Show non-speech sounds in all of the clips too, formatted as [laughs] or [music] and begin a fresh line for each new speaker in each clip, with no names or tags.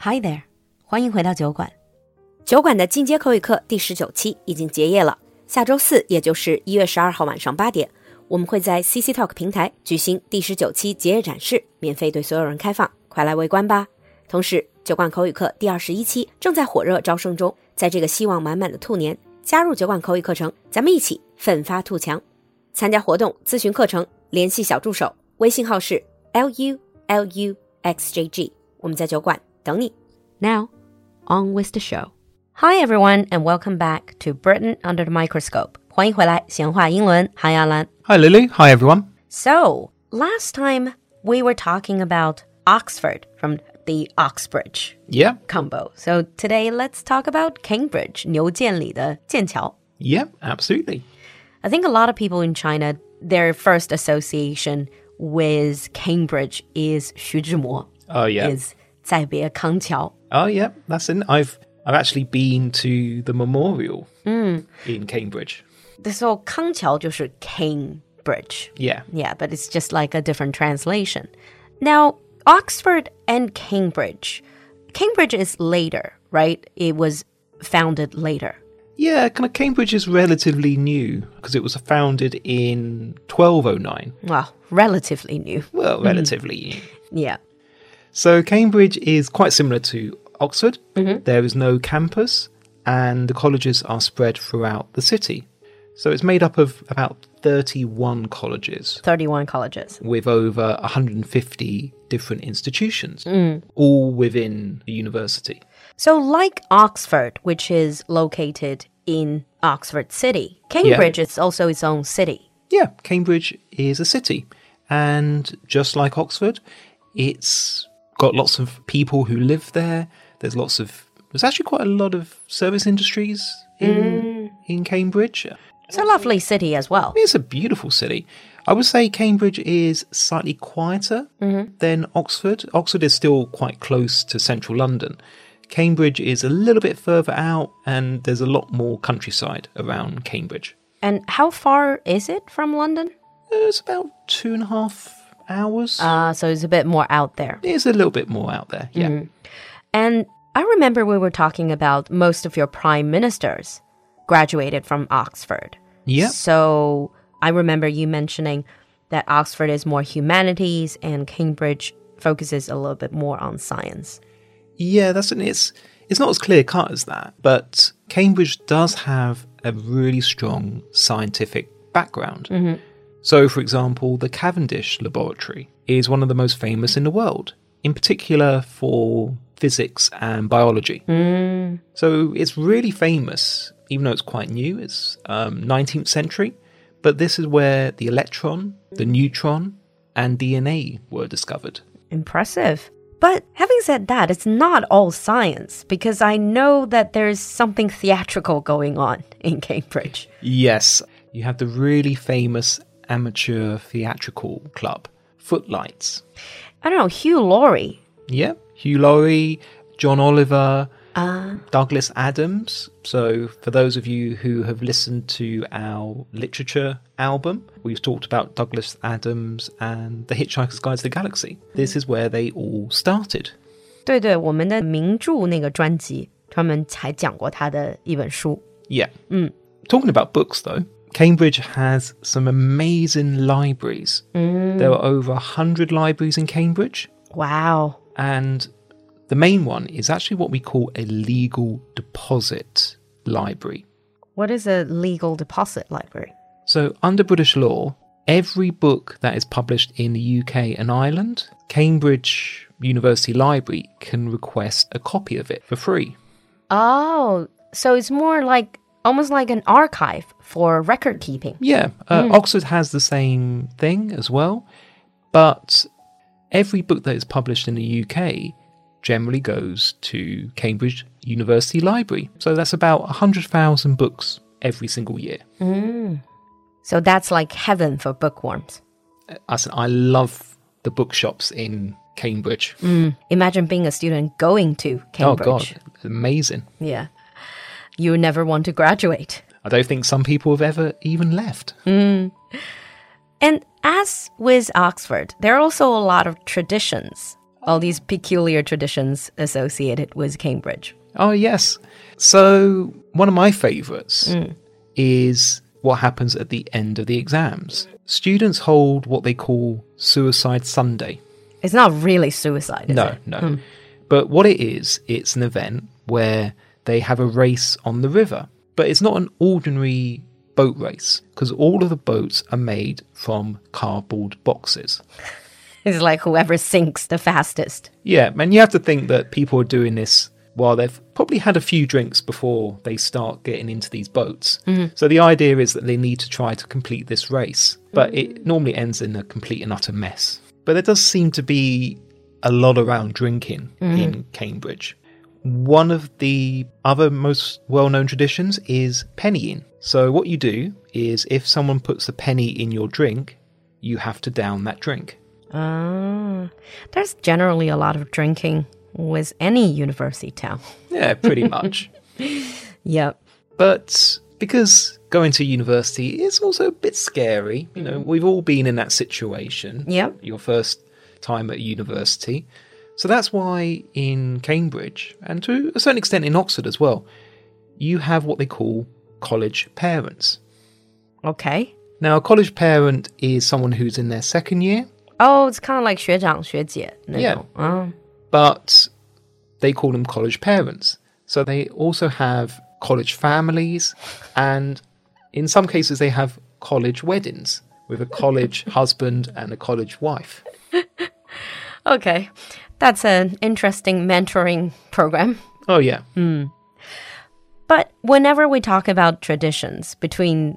Hi there，欢迎回到酒馆。
酒馆的进阶口语课第十九期已经结业了，下周四，也就是一月十二号晚上八点，我们会在 CC Talk 平台举行第十九期结业展示，免费对所有人开放，快来围观吧！同时，酒馆口语课第二十一期正在火热招生中，在这个希望满满的兔年，加入酒馆口语课程，咱们一起奋发图强！参加活动、咨询课程，联系小助手，微信号是 l u l u x j g，我们在酒馆等你。Now, on with the show. Hi everyone, and welcome back to Britain under the microscope. 欢迎回来，闲话英伦，韩亚兰。
Hi, Lily. Hi, everyone.
So last time we were talking about Oxford from the Oxbridge
Yeah.
combo. So today let's talk about Cambridge, 牛剑里的剑桥.
Yeah, absolutely.
I think a lot of people in China, their first association with Cambridge is 徐志摩.
Oh, yeah.
Is 再别康桥.
Oh, yeah. That's in. I've I've actually been to the memorial in Cambridge.
This whole 康桥就是 Cambridge.
Yeah.
Yeah, but it's just like a different translation. Now, Oxford and Cambridge. Cambridge is later, right? It was founded later.
Yeah, kind of Cambridge is relatively new because it was founded in 1209.
Well, relatively new.
Well, relatively new.
Yeah.
So Cambridge is quite similar to Oxford. There is no campus, and the colleges are spread throughout the city. So it's made up of about 31 colleges.
31 colleges.
with over 150 different institutions, all within the university.
So, like Oxford, which is located in Oxford City, Cambridge is also its own city.
Yeah, Cambridge is a city. And just like Oxford, it's got lots of people who live there. There's lots of, there's actually quite a lot of service industries in, in Cambridge.
It's a lovely city as well.
It's a beautiful city. I would say Cambridge is slightly quieter than Oxford. Oxford is still quite close to central London. Cambridge is a little bit further out, and there's a lot more countryside around Cambridge.
And how far is it from London?
Uh, It's about two and a half hours.
Uh, so, it's a bit more out there.
it's a little bit more out there. Yeah.
And I remember we were talking about most of your prime ministers graduated from Oxford.
Yeah.
So I remember you mentioning that Oxford is more humanities and Cambridge focuses a little bit more on science.
Yeah, that's an, it's it's not as clear cut as that, but Cambridge does have a really strong scientific background. So, for example, the Cavendish Laboratory is one of the most famous in the world, in particular for physics and biology. So it's really famous, even though it's quite new. It's um, 19th century, but this is where the electron, the neutron, and DNA were discovered.
Impressive. But having said that, it's not all science because I know that there's something theatrical going on [laughs] in Cambridge.
Yes, you have the really famous amateur theatrical club, Footlights.
I don't know, Hugh Laurie.
Yeah, Hugh Laurie, John Oliver, Douglas Adams. So, for those of you who have listened to our literature album, we've talked about Douglas Adams and The Hitchhiker's Guide to the Galaxy. This is where they all started.
对对，我们的名著那个专辑专门才讲过他的一本书。
Yeah. Talking about books, though, Cambridge has some amazing libraries. There are over 100 libraries in Cambridge,
Wow.
and the main one is actually what we call a legal deposit library.
What is a legal deposit library?
So, under British law, every book that is published in the UK and Ireland, Cambridge University Library can request a copy of it for free.
Oh, so it's more like almost like an archive for record keeping.
Yeah, uh, Oxford has the same thing as well, but every book that is published in the UK generally goes to Cambridge University Library. So that's about 100,000 books every single year.
So that's like heaven for bookworms.
I, said, Uh, I love the bookshops in Cambridge.
Imagine being a student going to
Oh,
Cambridge.
God, amazing.
Yeah. You would never want to graduate.
I don't think some people have ever even left.
And as with Oxford, there are also a lot of traditions all these peculiar traditions associated with Cambridge.
Oh, yes. So, one of my favorites is what happens at the end of the exams. Students hold what they call Suicide Sunday.
It's not really suicide. Is
No,
it?
no. But what it is, it's an event where they have a race on the river. But it's not an ordinary boat race because all of the boats are made from cardboard boxes.
It's like whoever sinks the fastest.
Yeah, and you have to think that people are doing this while they've probably had a few drinks before they start getting into these boats. So the idea is that they need to try to complete this race, but it normally ends in a complete and utter mess. But there does seem to be a lot around drinking in Cambridge. One of the other most well known traditions is pennying. So, what you do is if someone puts a penny in your drink, you have to down that drink.
Ah, there's generally a lot of drinking with any university town. [laughs]
Yeah, pretty much.
Yep.
But because going to university is also a bit scary, you know, we've all been in that situation.
Yep.
Your first time at university. So that's why in Cambridge, and to a certain extent in Oxford as well, you have what they call college parents.
Okay.
Now, a college parent is someone who's in their second year,
Oh, it's kind of like Oh. 学长学姐
Yeah. but they call them college parents. So they also have college families, and in some cases, they have college weddings with a college [laughs] husband and a college wife.
Okay. That's an interesting mentoring program.
Oh, yeah.
But whenever we talk about traditions between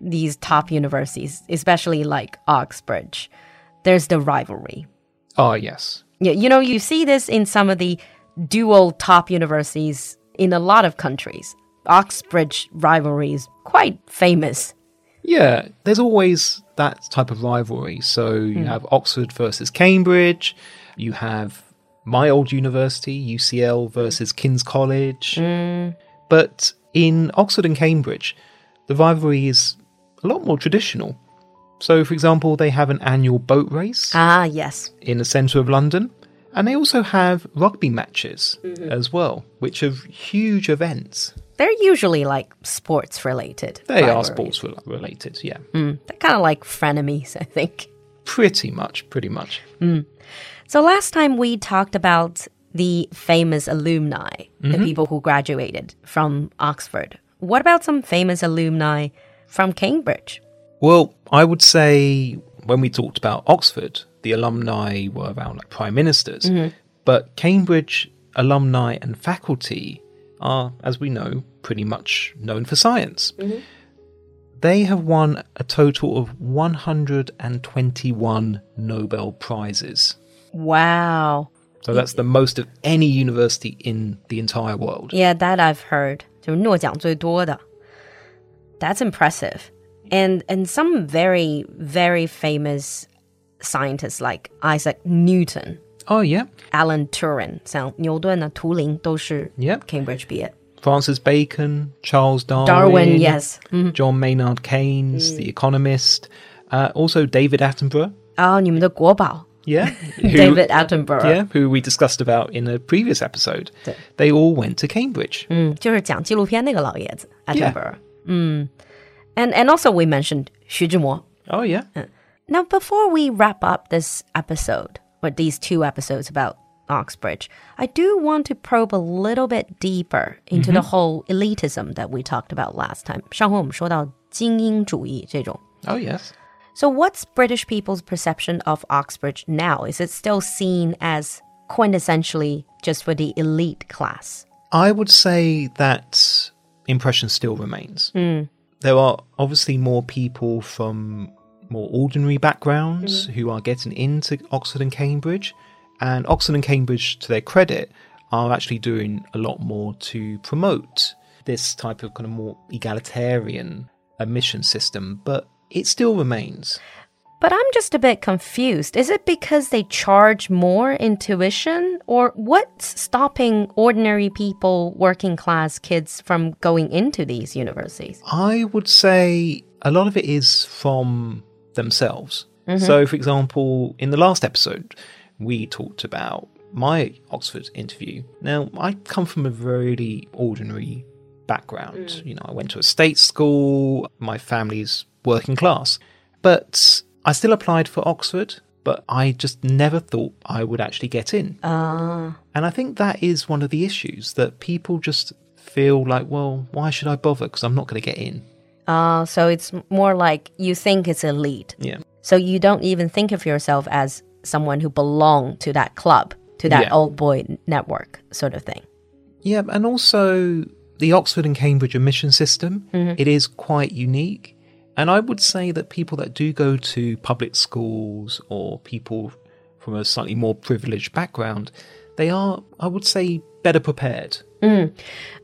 these top universities, especially like Oxbridge, there's the rivalry.
Oh, yes.
Yeah, you know, you see this in some of the dual top universities in a lot of countries. Oxbridge rivalry is quite famous.
Yeah, there's always that type of rivalry. So you have Oxford versus Cambridge, you have my old university, UCL versus King's College. But in Oxford and Cambridge, the rivalry is a lot more traditional. So, for example, they have an annual boat race
Ah, yes.
in the centre of London, and they also have rugby matches as well, which are huge events.
They're usually like sports related.
They are sports rel- related, yeah.
They're kind of like frenemies, I think.
Pretty much, pretty much.
So last time we talked about the famous alumni, the
Mm-hmm.
people who graduated from Oxford. What about some famous alumni from Cambridge?
Well, I would say when we talked about Oxford, the alumni were around like prime ministers, but Cambridge alumni and faculty are, as we know, pretty much known for science. They have won a total of 121 Nobel Prizes.
Wow.
So that's the most of any university in the entire world.
Yeah, that I've heard. 就是诺奖最多的. That's impressive. And and some very very famous scientists like Isaac Newton,
Oh, yeah.
Alan Turing, 像牛顿啊、图灵都是
Yep.
Cambridge 毕业。
Francis Bacon, Charles Darwin,
Darwin, yes.
John Maynard Keynes, The Economist, uh, also David Attenborough,
然后你们的国宝
yeah, who,
David Attenborough，
yeah, who we discussed about in a previous episode. They all went to Cambridge.
Mm. 嗯，就是讲纪录片那个老爷子 Attenborough。嗯，and and also we mentioned 徐志摩。
Oh yeah,
Now, before we wrap up this episode, or these two episodes about Oxbridge, I do want to probe a little bit deeper into the whole elitism that we talked about last time. 上回我们说到精英主义这种。
oh yes.
So, what's British people's perception of Oxbridge now? Is it still seen as quintessentially just for the elite class?
I would say that impression still remains. There are obviously more people from more ordinary backgrounds who are getting into Oxford and Cambridge, and Oxford and Cambridge, to their credit, are actually doing a lot more to promote this type of kind of more egalitarian admission system, but it still remains.
But I'm just a bit confused. Is it because they charge more in tuition? Or what's stopping ordinary people, working class kids from going into these universities?
I would say a lot of it is from themselves. So, for example, in the last episode, we talked about my Oxford interview. Now, I come from a really ordinary background. You know, I went to a state school, my family's working class, but I still applied for Oxford, but I just never thought I would actually get in. And I think that is one of the issues that people just feel like, well, why should I bother? Because I'm not going to get in.
Uh, so it's more like you think it's elite.
Yeah.
So you don't even think of yourself as someone who belong to that club, to that
Yeah.
old boy network sort of thing.
Yeah, and also the Oxford and Cambridge admission system, it is quite unique. And I would say that people that do go to public schools or people from a slightly more privileged background, they are, I would say, better prepared.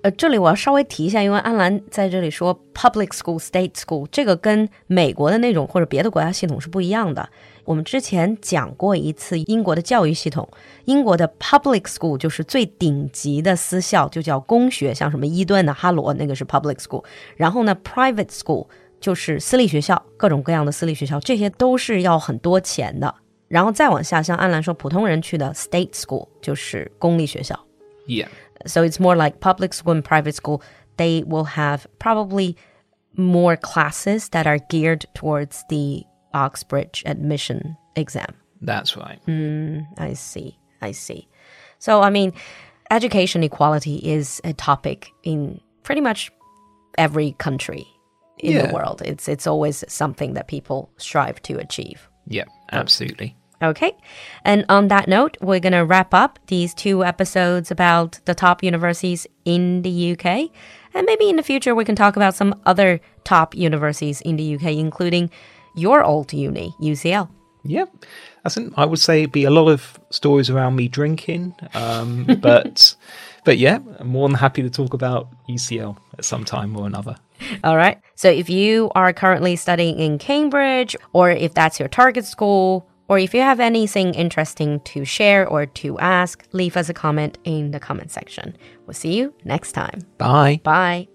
呃，这里我要稍微提一下，因为安兰在这里说 public school、state school，这个跟美国的那种或者别的国家系统是不一样的。我们之前讲过一次英国的教育系统，英国的 public school 就是最顶级的私校，就叫公学，像什么伊顿啊、哈罗那个是 public school。然后呢，private school 就是私立学校，各种各样的私立学校，这些都是要很多钱的。然后再往下，像安兰说，普通人去的 state school 就是公立学校。
Yeah.
So it's more like public school and private school. They will have probably more classes that are geared towards the Oxbridge admission exam.
That's right.
I see. I see. So, I mean, education equality is a topic in pretty much every country in
Yeah.
the world. It's, it's always something that people strive to achieve.
Yeah, absolutely.
Okay. And on that note, we're going to wrap up these two episodes about the top universities in the UK. And maybe in the future, we can talk about some other top universities in the UK, including your old uni, UCL.
Yeah. That's an, I would say it'd be a lot of stories around me drinking. Um, but but yeah, I'm more than happy to talk about ECL at some time or another.
All right. So if you are currently studying in Cambridge, or if that's your target school, or if you have anything interesting to share or to ask, leave us a comment in the comment section. We'll see you next time.
Bye.
Bye.